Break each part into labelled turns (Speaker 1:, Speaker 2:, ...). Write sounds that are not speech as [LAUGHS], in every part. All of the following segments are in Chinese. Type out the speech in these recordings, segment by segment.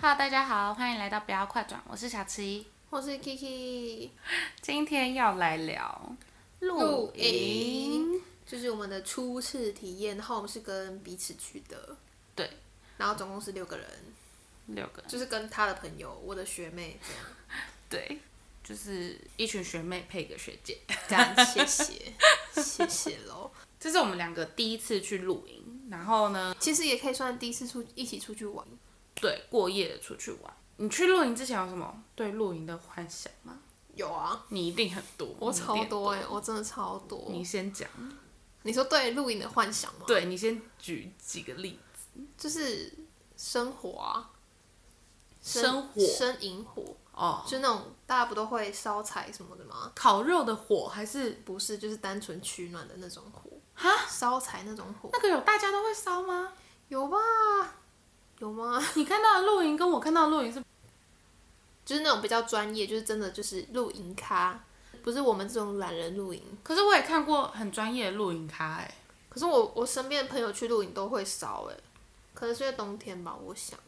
Speaker 1: Hello，大家好，欢迎来到不要快转，我是小七，
Speaker 2: 我是 Kiki，
Speaker 1: 今天要来聊
Speaker 2: 露营就是我们的初次体验，然后我们是跟彼此去的，
Speaker 1: 对，
Speaker 2: 然后总共是六个人，
Speaker 1: 六个人，
Speaker 2: 就是跟他的朋友，我的学妹这样，
Speaker 1: 对，就是一群学妹配一个学姐，
Speaker 2: 这样谢
Speaker 1: [LAUGHS]
Speaker 2: 谢谢谢喽。
Speaker 1: 这是我们两个第一次去露营，然后呢，
Speaker 2: 其实也可以算第一次出一起出去玩，
Speaker 1: 对，过夜的出去玩。你去露营之前有什么对露营的幻想吗？
Speaker 2: 有啊，
Speaker 1: 你一定很多，
Speaker 2: 我
Speaker 1: 你一定
Speaker 2: 超
Speaker 1: 很
Speaker 2: 多哎、我真的超多。
Speaker 1: 你先讲，
Speaker 2: 你说对露营的幻想吗？，
Speaker 1: 对你先举几个例子，
Speaker 2: 就是生活啊，
Speaker 1: 生火
Speaker 2: 生营火，
Speaker 1: 哦，
Speaker 2: 就是那种大家不都会烧柴什么的吗？
Speaker 1: 烤肉的火还是
Speaker 2: 不是，就是单纯取暖的那种火，
Speaker 1: 哈，
Speaker 2: 烧柴那种火，
Speaker 1: 那个有大家都会烧吗？
Speaker 2: 有吧？有吗？
Speaker 1: 你看到的露营跟我看到的露营是
Speaker 2: 就是那种比较专业，就是真的就是露营咖，不是我们这种懒人露营。
Speaker 1: 可是我也看过很专业的露营咖、哎，
Speaker 2: 可是我我身边的朋友去露营都会烧哎、可能是因为冬天吧，我想。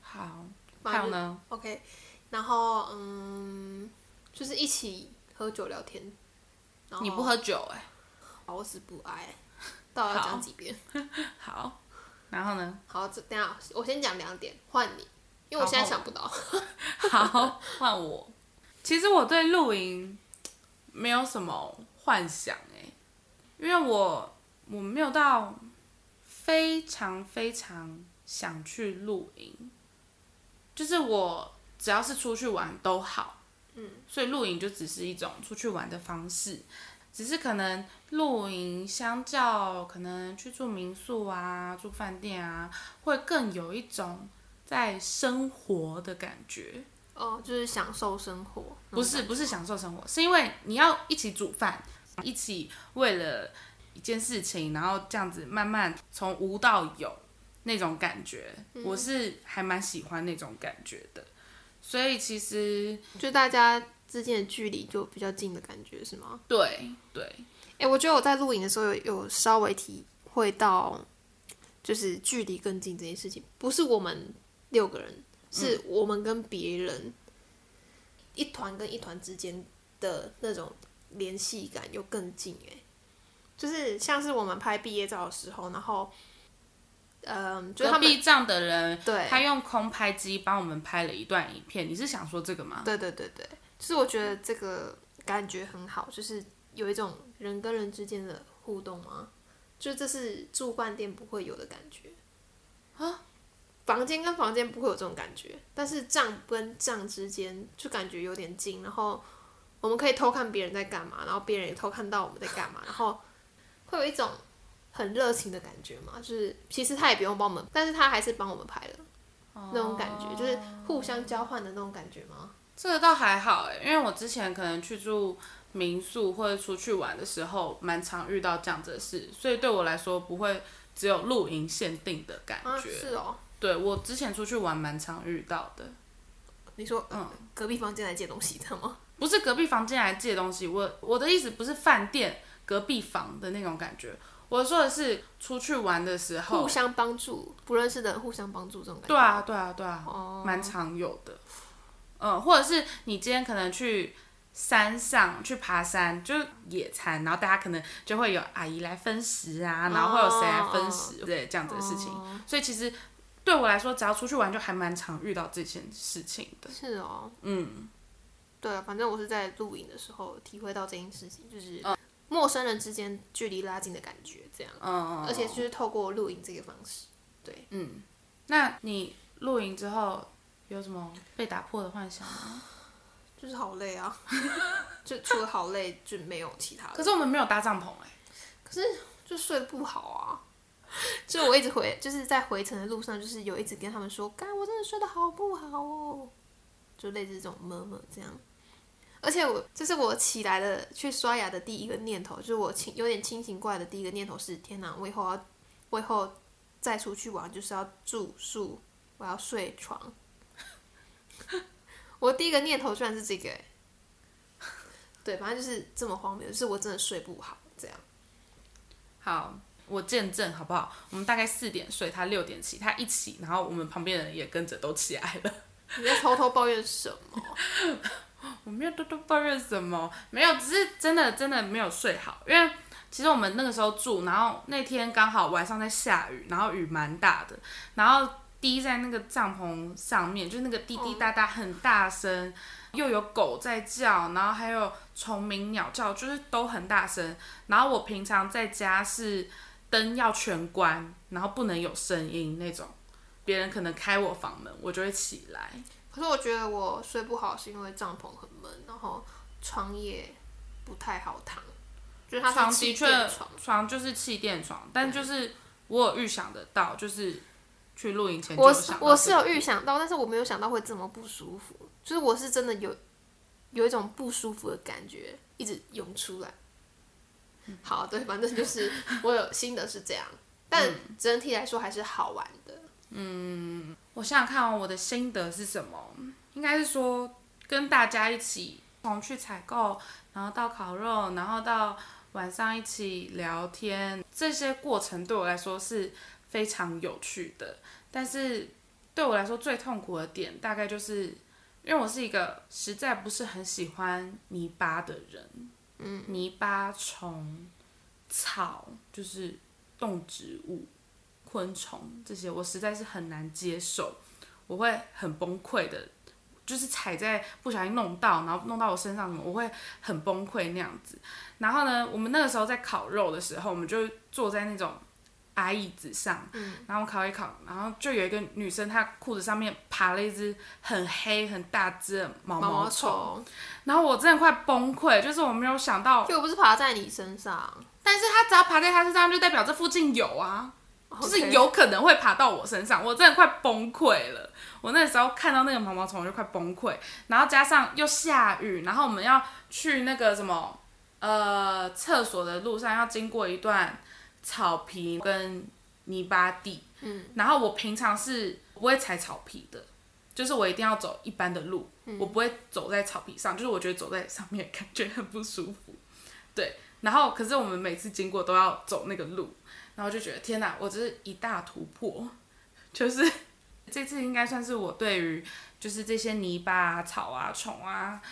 Speaker 1: 好，
Speaker 2: 反
Speaker 1: 还
Speaker 2: 正
Speaker 1: 有呢，
Speaker 2: OK，然后嗯，就是一起喝酒聊天。然后
Speaker 1: 你不喝酒、欸
Speaker 2: 啊，我是不爱，到底要讲几遍？
Speaker 1: 哎，好，然后呢，
Speaker 2: 好，这等一下我先讲两点，换你，因为我现在
Speaker 1: 好
Speaker 2: 想不到。
Speaker 1: [LAUGHS] 好，换我。其实我对露营没有什么幻想、哎，因为我我没有到非常非常想去露营，就是我只要是出去玩都好，嗯，所以露营就只是一种出去玩的方式，只是可能露营相较可能去住民宿啊、住饭店啊，会更有一种在生活的感觉，
Speaker 2: 哦，就是享受生活，
Speaker 1: 不是不是享受生活，是因为你要一起煮饭，一起为了一件事情，然后这样子慢慢从无到有那种感觉，
Speaker 2: 嗯
Speaker 1: 我是还蛮喜欢那种感觉的。所以其实
Speaker 2: 就大家之间的距离就比较近的感觉，是吗？
Speaker 1: 对对，
Speaker 2: 哎、我觉得我在录影的时候有有稍微体会到，就是距离更近这件事情，不是我们六个人，是
Speaker 1: 嗯
Speaker 2: 我们跟别人、一团跟一团之间的那种联系感又更近哎、就是像是我们拍毕业照的时候，然后，嗯，就是
Speaker 1: 隔
Speaker 2: 他们
Speaker 1: 壁站的人
Speaker 2: 对
Speaker 1: 他用空拍机帮我们拍了一段影片，你是想说这个吗？
Speaker 2: 对对对对，就是我觉得这个感觉很好，就是有一种人跟人之间的互动啊，就这是住饭店不会有的感觉啊。房间跟房间不会有这种感觉，但是帐跟帐之间就感觉有点近，然后我们可以偷看别人在干嘛，然后别人也偷看到我们在干嘛，然后会有一种很热情的感觉嘛，就是其实他也不用帮我们，但是他还是帮我们拍了。那种感觉就是互相交换的那种感觉吗？
Speaker 1: 这个倒还好哎，因为我之前可能去住民宿或者出去玩的时候，蛮常遇到这样子的事，所以对我来说不会只有露营限定的感
Speaker 2: 啊，
Speaker 1: 觉。
Speaker 2: 是哦，
Speaker 1: 对我之前出去玩蛮常遇到的，
Speaker 2: 你说嗯，隔壁房间来借东西，知道吗？
Speaker 1: 不是隔壁房间来借东西，我我的意思不是饭店隔壁房的那种感觉，我说的是出去玩的时候
Speaker 2: 互，相帮助，不认识的人互相帮助这种感觉。
Speaker 1: 对啊，对啊，对啊，
Speaker 2: 哦，
Speaker 1: 蛮常有的。嗯，或者是你今天可能去山上去爬山，就是野餐，然后大家可能就会有阿姨来分食啊，然后会有谁来分
Speaker 2: 哦
Speaker 1: 食，对这样子的事情。所以其实对我来说，只要出去玩，就还蛮常遇到这件事情的。
Speaker 2: 是哦，
Speaker 1: 嗯，
Speaker 2: 对啊，反正我是在露营的时候体会到这件事情，就是陌生人之间距离拉近的感觉，这样，
Speaker 1: 嗯，
Speaker 2: 而且就是透过露营这个方式。
Speaker 1: 嗯，那你露营之后有什么被打破的幻想吗？
Speaker 2: 就是好
Speaker 1: [LAUGHS]
Speaker 2: 累啊，就除了好累就没有其他的
Speaker 1: 可是我们没有搭帐篷哎、
Speaker 2: 就睡得不好啊。 [LAUGHS] 就我一直回，就是在回程的路上，就是有一直跟他们说，干，我真的睡得好不好哦，就类似这种么么这样。而且我，这是我起来的去刷牙的第一个念头，就是我清有点清醒过来的第一个念头是：天哪，我以后要，我以后再出去玩就是要住宿，我要睡床。 [LAUGHS] 我第一个念头居然是这个、欸， [LAUGHS] 对，反正就是这么荒谬，就是我真的睡不好这样。
Speaker 1: 好，我见证好不好？我们大概四点睡，他六点起，他一起，然后我们旁边的人也跟着都起来了。
Speaker 2: 你在偷偷抱怨什么？
Speaker 1: 我没有多多抱怨什么，没有，只是真的真的没有睡好，因为其实我们那个时候住，然后那天刚好晚上在下雨，然后雨蛮大的，然后滴在那个帐篷上面，就那个滴滴答答很大声，又有狗在叫，然后还有虫鸣鸟叫，就是都很大声。然后我平常在家是灯要全关，然后不能有声音那种，别人可能开我房门，我就会起来。
Speaker 2: 可是我觉得我睡不好是因为帐篷很闷，然后床也不太好躺，就是它
Speaker 1: 床
Speaker 2: 是气
Speaker 1: 的确
Speaker 2: 垫床，
Speaker 1: 床就是气垫床，但就是我有预想得到，就是去露营前就
Speaker 2: 我
Speaker 1: 有
Speaker 2: 是
Speaker 1: 想到
Speaker 2: 我是
Speaker 1: 这个
Speaker 2: 有预想到，但是我没有想到会这么不舒服，就是我是真的有有一种不舒服的感觉一直涌出来。
Speaker 1: 嗯
Speaker 2: 好，对，反正就是我有新的是这样，但
Speaker 1: 嗯
Speaker 2: 整体来说还是好玩的。
Speaker 1: 我想想看、哦，我的心得是什么？应该是说跟大家一起从去采购，然后到烤肉，然后到晚上一起聊天，这些过程对我来说是非常有趣的。但是对我来说最痛苦的点，大概就是因为我是一个实在不是很喜欢泥巴的人，嗯，泥巴、虫、草，就是动植物。昆虫这些，我实在是很难接受，我会很崩溃的，就是踩在不小心弄到，然后弄到我身上什么，我会很崩溃那样子。然后呢，我们那个时候在烤肉的时候，我们就坐在那种
Speaker 2: 嗯
Speaker 1: 矮椅子上，然后烤一烤，然后就有一个女生，她裤子上面爬了一只很黑很大只的毛
Speaker 2: 毛毛
Speaker 1: 虫，
Speaker 2: 虫，
Speaker 1: 然后我真的快崩溃，就是我没有想到，
Speaker 2: 又不是爬在你身上，
Speaker 1: 但是它只要爬在她身上，就代表这附近有啊。就
Speaker 2: OK
Speaker 1: 是有可能会爬到我身上，我真的快崩溃了。我那时候看到那个毛毛虫，我就快崩溃。然后加上又下雨，然后我们要去那个什么呃厕所的路上，要经过一段草皮跟泥巴地。嗯，然后我平常是不会踩草皮的，就是我一定要走一般的路，我不会走在草皮上，就是我觉得走在上面感觉很不舒服。对，然后可是我们每次经过都要走那个路，然后就觉得天哪，我这是一大突破，就是 [LAUGHS] 这次应该算是我对于就是这些泥巴啊、草啊、虫啊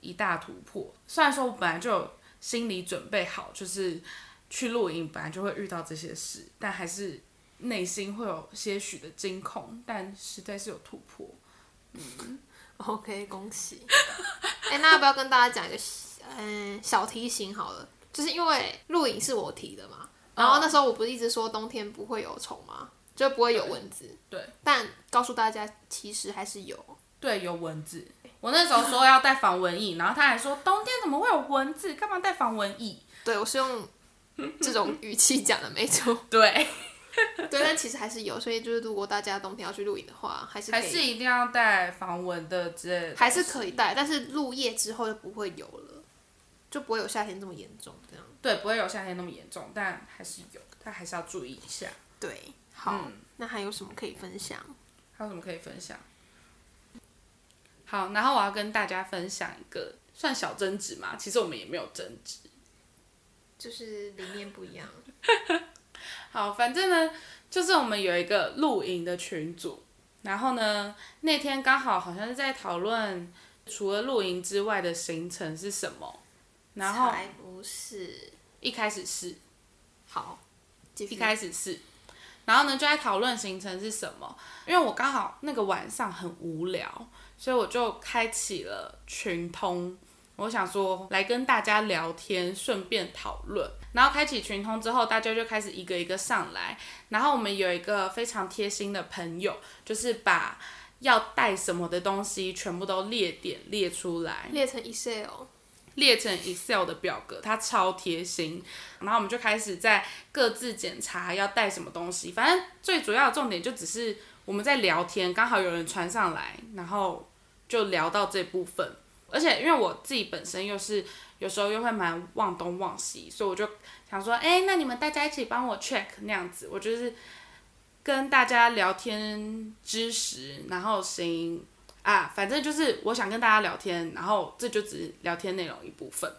Speaker 1: 一大突破。虽然说我本来就有心理准备好，就是去露营本来就会遇到这些事，但还是内心会有些许的惊恐，但实在是有突破。
Speaker 2: [LAUGHS] OK，恭喜！ [LAUGHS] 哎、那要不要跟大家讲一个小嗯小提醒好了？就是因为录影是我提的嘛，然
Speaker 1: 嗯
Speaker 2: 后那时候我不是一直说冬天不会有虫吗？就不会有蚊子，
Speaker 1: 对
Speaker 2: 但告诉大家其实还是有。
Speaker 1: 对，有蚊子。我那时候说要带防蚊液，然后他还说冬天怎么会有蚊子，干嘛带防蚊液？
Speaker 2: 对我是用这种语气讲的，没错。 [LAUGHS]
Speaker 1: 对，
Speaker 2: 对，但其实还是有，所以就是如果大家冬天要去露营的话，还是可
Speaker 1: 还
Speaker 2: 以，
Speaker 1: 是一定要带防蚊的之类的。
Speaker 2: 还是可以带，但是入夜之后就不会有了，就不会有夏天这么严重这样。
Speaker 1: 对，不会有夏天那么严重，但还是有，但还是要注意一下。嗯
Speaker 2: 对，好，那还有什么可以分享？
Speaker 1: 还有什么可以分享？好，然后我要跟大家分享一个算小争执嘛，其实我们也没有争执。
Speaker 2: 就是理念不一样。
Speaker 1: 好，反正呢，就是我们有一个露营的群组，然后呢，那天刚好好像是在讨论除了露营之外的行程是什么， [LAUGHS] 然后
Speaker 2: 才不是
Speaker 1: 一开始是，
Speaker 2: 好，继
Speaker 1: 一
Speaker 2: 续
Speaker 1: 开始是，然后呢就在讨论行程是什么，因为我刚好那个晚上很无聊，所以我就开启了群通，我想说来跟大家聊天，顺便讨论。然后开启群通之后，大家就开始一个一个上来，然后我们有一个非常贴心的朋友，就是把要带什么的东西全部都列点列出来，
Speaker 2: 列成 Excel，
Speaker 1: 列成 Excel 的表格，它超贴心。然后我们就开始在各自检查要带什么东西，反正最主要的重点就只是我们在聊天，刚好有人传上来，然后就聊到这部分。而且因为我自己本身又是有时候又会蛮忘东忘西，所以我就想说，哎、那你们大家一起帮我 check 那样子，我就是跟大家聊天之时，然后行啊，反正就是我想跟大家聊天，然后这就只是聊天内容一部分。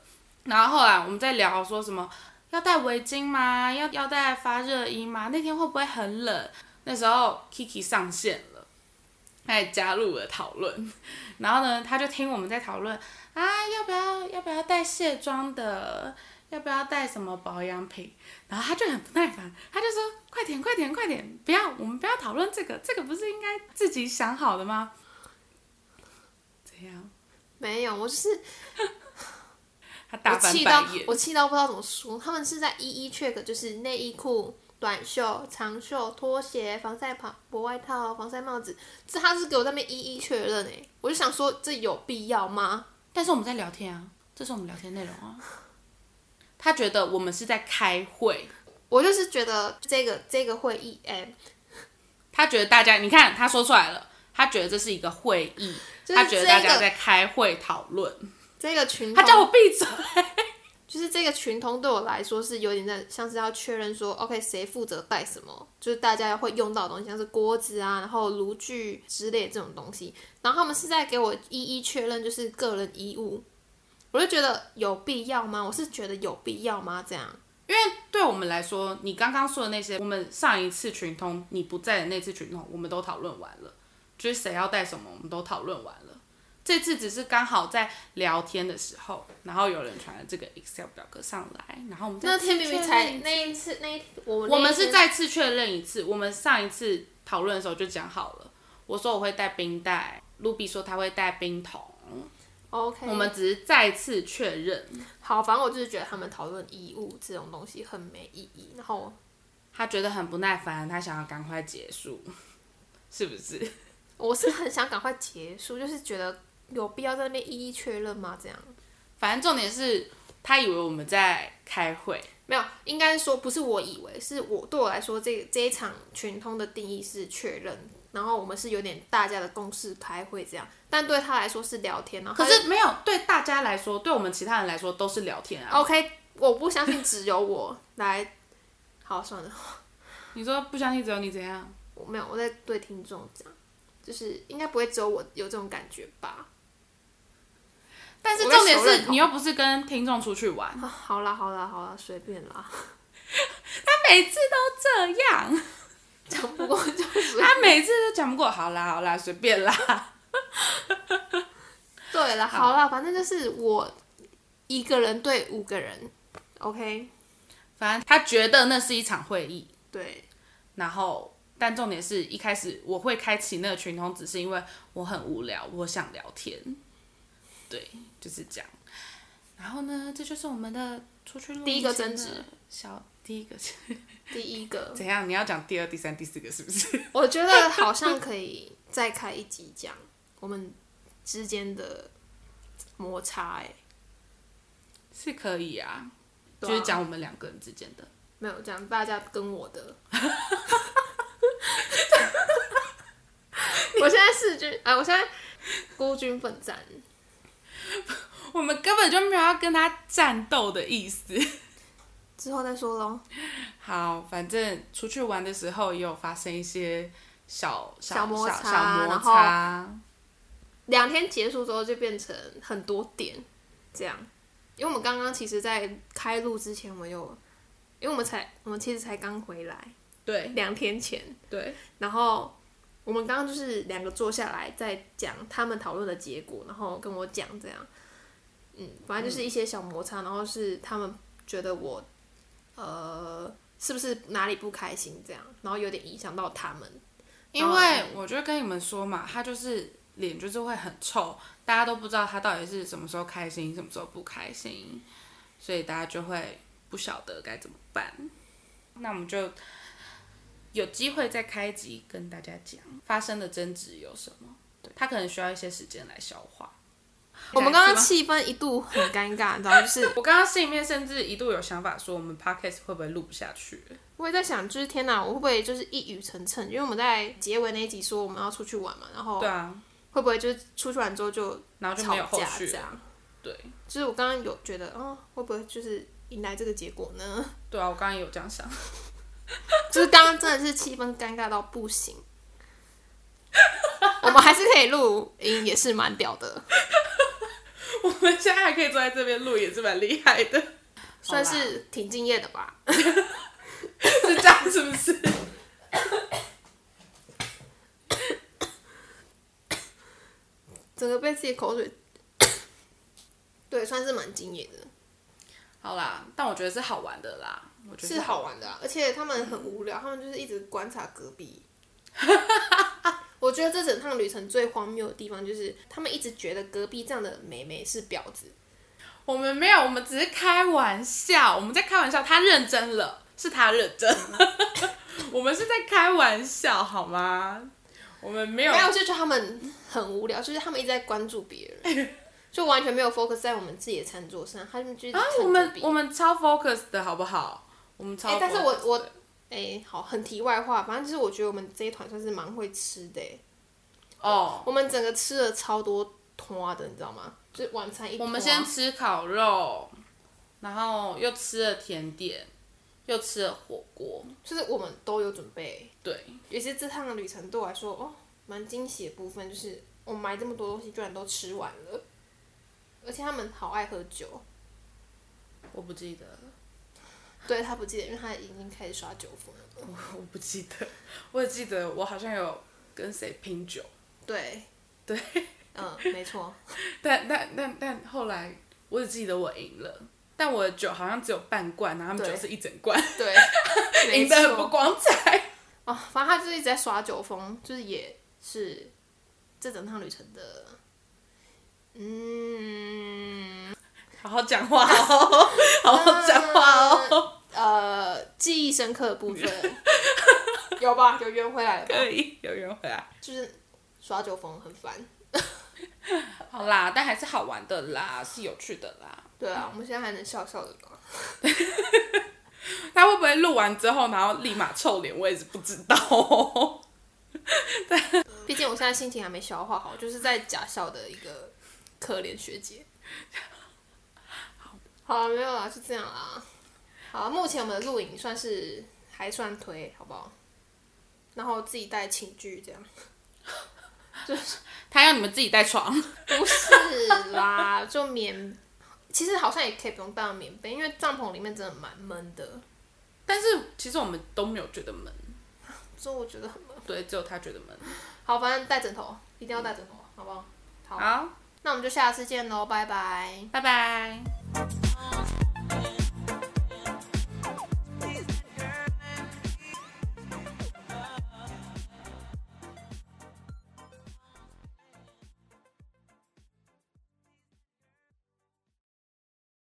Speaker 1: 然后后来我们在聊说什么要带围巾吗？要要带发热衣吗？那天会不会很冷？那时候 Kiki 上线了，他也加入了讨论。然后呢，他就听我们在讨论啊，要不要要不要带卸妆的？要不要带什么保养品？然后他就很不耐烦，他就说：“快点，快点，快点！不要，我们不要讨论这个，这个不是应该自己想好的吗？”怎样？
Speaker 2: 没有，我就是
Speaker 1: 他大
Speaker 2: 我
Speaker 1: 翻
Speaker 2: 气
Speaker 1: 白
Speaker 2: 到
Speaker 1: 眼。
Speaker 2: 我气到不知道怎么说。他们是在一一 check，就是内衣裤、短袖、长袖、拖鞋、防晒袍、薄外套、防晒帽子，这他是给我在那边一一确认哎，我就想说这有必要吗？
Speaker 1: 但是我们在聊天啊，这是我们聊天内容啊。 [LAUGHS] 他觉得我们是在开会，
Speaker 2: 我就是觉得这个这个会议哎、
Speaker 1: 他觉得大家，你看他说出来了，他觉得这是一个会议，
Speaker 2: 就是
Speaker 1: 他觉得大
Speaker 2: 这
Speaker 1: 家
Speaker 2: 个
Speaker 1: 在开会讨论，
Speaker 2: 这个群
Speaker 1: 他
Speaker 2: 通
Speaker 1: 叫我闭嘴。
Speaker 2: 就是这个群通对我来说是有点在像是要确认说，OK，谁负责带什么，就是大家会用到的东西，像是锅子啊，然后炉具之类这种东西。然后他们是在给我一一确认，就是个人衣物，我就觉得有必要吗？我是觉得有必要吗？这样
Speaker 1: 因为对我们来说，你刚刚说的那些，我们上一次群通你不在的那次群通，我们都讨论完了，就是谁要带什么，我们都讨论完了。这次只是刚好在聊天的时候，然后有人传了这个 Excel 表格上来，然后我们再
Speaker 2: 那天明明
Speaker 1: 确
Speaker 2: 才
Speaker 1: 认一次
Speaker 2: 那一次那一我们
Speaker 1: 我们
Speaker 2: 那一天
Speaker 1: 是再次确认一次，我们上一次讨论的时候就讲好了，我说我会带冰袋，卢比说他会带冰桶，
Speaker 2: OK，
Speaker 1: 我们只是再次确认。
Speaker 2: 好，反正我就是觉得他们讨论衣物这种东西很没意义，然后
Speaker 1: 他觉得很不耐烦，他想要赶快结束， [LAUGHS] 是不是？
Speaker 2: 我是很想赶快结束，就是觉得有必要在那边一一确认吗？这样。
Speaker 1: 反正重点是他以为我们在开会，
Speaker 2: 没有，应该说不是我以为，是我对我来说，这这一场群通的定义是确认，然后我们是有点大家的共识开会这样，但对他来说是聊天，然后
Speaker 1: 可
Speaker 2: 他
Speaker 1: 是没有对大家来说，对我们其他人来说都是聊天啊。
Speaker 2: OK，我不相信只有我来，好算了，
Speaker 1: 你说不相信只有你怎样？
Speaker 2: 我没有我在对听众讲，就是应该不会只有我有这种感觉吧？
Speaker 1: 但是
Speaker 2: 我在
Speaker 1: 重点
Speaker 2: 熟认
Speaker 1: 是
Speaker 2: 同
Speaker 1: 你又不是跟听众出去玩，
Speaker 2: 啊，好啦好啦好啦，随便啦，
Speaker 1: 他每次都这样，
Speaker 2: 讲不过
Speaker 1: [LAUGHS]
Speaker 2: 就是
Speaker 1: 他每次都讲不过，好啦好啦，随便啦。
Speaker 2: 对了，好啦，反正就是我一个人对五个人，OK，
Speaker 1: 反正他觉得那是一场会议，
Speaker 2: 对，
Speaker 1: 然后但重点是一开始我会开启那个群通，只是因为我很无聊，我想聊天，对，就是这样。然后呢，这就是我们的出去录
Speaker 2: 第一个
Speaker 1: 音前
Speaker 2: 争
Speaker 1: 的
Speaker 2: 执
Speaker 1: 小第一个是
Speaker 2: 第一个
Speaker 1: 怎样？你要讲第二、第三、第四个是不
Speaker 2: [LAUGHS]
Speaker 1: 是？
Speaker 2: 我觉得好像可以再开一集讲我们之间的摩擦、欸，
Speaker 1: 是可以啊，
Speaker 2: 对啊
Speaker 1: 就是讲我们两个人之间的。
Speaker 2: 没有讲大家跟我 [LAUGHS] 的。我现在是军，哎、我现在孤军奋战，
Speaker 1: 我们根本就没有要跟他战斗的意思。
Speaker 2: 之后再说喽。
Speaker 1: 好，反正出去玩的时候也有发生一些小
Speaker 2: 小摩
Speaker 1: 摩
Speaker 2: 擦
Speaker 1: 小摩
Speaker 2: 然后
Speaker 1: 擦。
Speaker 2: 两天结束之后就变成很多点这样，因为我们刚刚其实，在开录之前，我们有，因为我们才，我们其实才刚回来，
Speaker 1: 对
Speaker 2: 两天前，
Speaker 1: 对，
Speaker 2: 然后我们刚刚就是两个坐下来在讲他们讨论的结果，然后跟我讲这样，嗯，反正就是一些小摩擦，然后是他们觉得我呃是不是哪里不开心这样，然后有点影响到他们，
Speaker 1: 因为我就跟你们说嘛，他就是脸就是会很臭，大家都不知道他到底是什么时候开心，什么时候不开心，所以大家就会不晓得该怎么办。那我们就有机会再开一集跟大家讲发生的争执有什么，对他可能需要一些时间来消化。
Speaker 2: 我们刚
Speaker 1: 再
Speaker 2: 刚
Speaker 1: 一次吗
Speaker 2: 气氛一度很尴尬，你知道，就是
Speaker 1: 我刚刚心里面甚至一度有想法说，我们 podcast 会不会录不下去？
Speaker 2: 我也在想，就是天哪，我会不会就是一语成谶？因为我们在结尾那一集说我们要出去玩嘛，然后
Speaker 1: 对啊，
Speaker 2: 会不会就是出去玩之后就
Speaker 1: 然后就
Speaker 2: 吵
Speaker 1: 没有后
Speaker 2: 架
Speaker 1: 续
Speaker 2: 这
Speaker 1: 了。
Speaker 2: 样？
Speaker 1: 对，
Speaker 2: 就是我刚刚有觉得，哦，会不会就是迎来这个结果呢？ [LAUGHS]
Speaker 1: 对啊，我刚刚也有这样想。
Speaker 2: 就是刚刚真的是气氛尴尬到不行。我们还是可以录音，也是蛮屌的。
Speaker 1: 我们现在还可以坐在这边录，也是蛮厉害的。
Speaker 2: 算是挺敬业的吧。
Speaker 1: 是这样，是不是？
Speaker 2: 整个被自己口水，对，算是蛮敬业的，
Speaker 1: [LAUGHS] 好啦，但我觉得是好玩的啦，我觉得
Speaker 2: 是好玩的、啊。而且他们很无聊，他们就是一直观察隔
Speaker 1: [LAUGHS]
Speaker 2: 壁。我觉得这整趟旅程最荒谬的地方就是，他们一直觉得隔壁站的美眉是婊子，
Speaker 1: 我们没有，我们只是开玩笑，我们在开玩笑。他认真了，是他认真， [LAUGHS] 我们是在开玩笑，好吗？我们没有
Speaker 2: 没有，就觉得他们很无聊，就是他们一直在关注别人，
Speaker 1: [LAUGHS]
Speaker 2: 就完全没有 focus 在我们自己的餐桌上，他们就是
Speaker 1: 啊
Speaker 2: 看，着
Speaker 1: 我们
Speaker 2: 别人
Speaker 1: 我们超 focus 的好不好？我们超 focus、
Speaker 2: 哎、但是我我哎、好，很题外话，反正就是我觉得我们这一团算是蛮会吃的、哎
Speaker 1: 哦，
Speaker 2: 我们整个吃了超多拖的，你知道吗？就是晚餐一啊
Speaker 1: 我们
Speaker 2: 坨
Speaker 1: 先吃烤肉，然后又吃了甜点，又吃了火锅，
Speaker 2: 就是我们都有准备，
Speaker 1: 对，
Speaker 2: 也是这趟旅程对我来说哦蛮惊喜的部分，就是我买这么多东西居然都吃完了，而且他们好爱喝酒，
Speaker 1: 我不记得了，
Speaker 2: 对他不记得，因为他已经开始耍酒疯了。
Speaker 1: 我我不记得，我只记得我好像有跟谁拼酒。
Speaker 2: [LAUGHS] 对
Speaker 1: 对，
Speaker 2: 嗯，没 [LAUGHS] 错，
Speaker 1: 但但但但后来，我只记得我赢了，但我的酒好像只有半罐，然后他们
Speaker 2: 对
Speaker 1: 酒是一整罐，
Speaker 2: 对，没
Speaker 1: [LAUGHS] 赢得很不
Speaker 2: 错。
Speaker 1: 光彩。
Speaker 2: 哦，反正他就是一直在耍酒疯，就是也是这整趟旅程的，嗯，
Speaker 1: 好好讲话哦，好好讲话哦，
Speaker 2: 呃，记忆深刻的 [LAUGHS] 部分有吧？有圆回来了吧？
Speaker 1: 可以有缘回来。
Speaker 2: 就是耍酒疯很烦。
Speaker 1: 好啦，但还是好玩的啦，是有趣的啦。
Speaker 2: 对啊，我们现在还能笑笑的吗？
Speaker 1: 他会不会录完之后，然后立马臭脸，我也是不知道、哦。
Speaker 2: 毕竟我现在心情还没消化好，就是在假笑的一个可怜学姐。好了，没有啦，就这样啦。好，目前我们的录影算是还算推，好不好？然后自己带寝具这样，
Speaker 1: [LAUGHS] 他要你们自己带床， [LAUGHS]
Speaker 2: 不是啦，就棉，其实好像也可以不用带到棉被，因为帐篷里面真的蛮闷的，
Speaker 1: 但是其实我们都没有觉得闷，
Speaker 2: 所以我觉得很闷。
Speaker 1: 对，只有他觉得闷。
Speaker 2: 好，反正带枕头，一定要带枕头，好不好？好
Speaker 1: 好，
Speaker 2: 那我们就下次见喽，拜拜。
Speaker 1: 拜拜。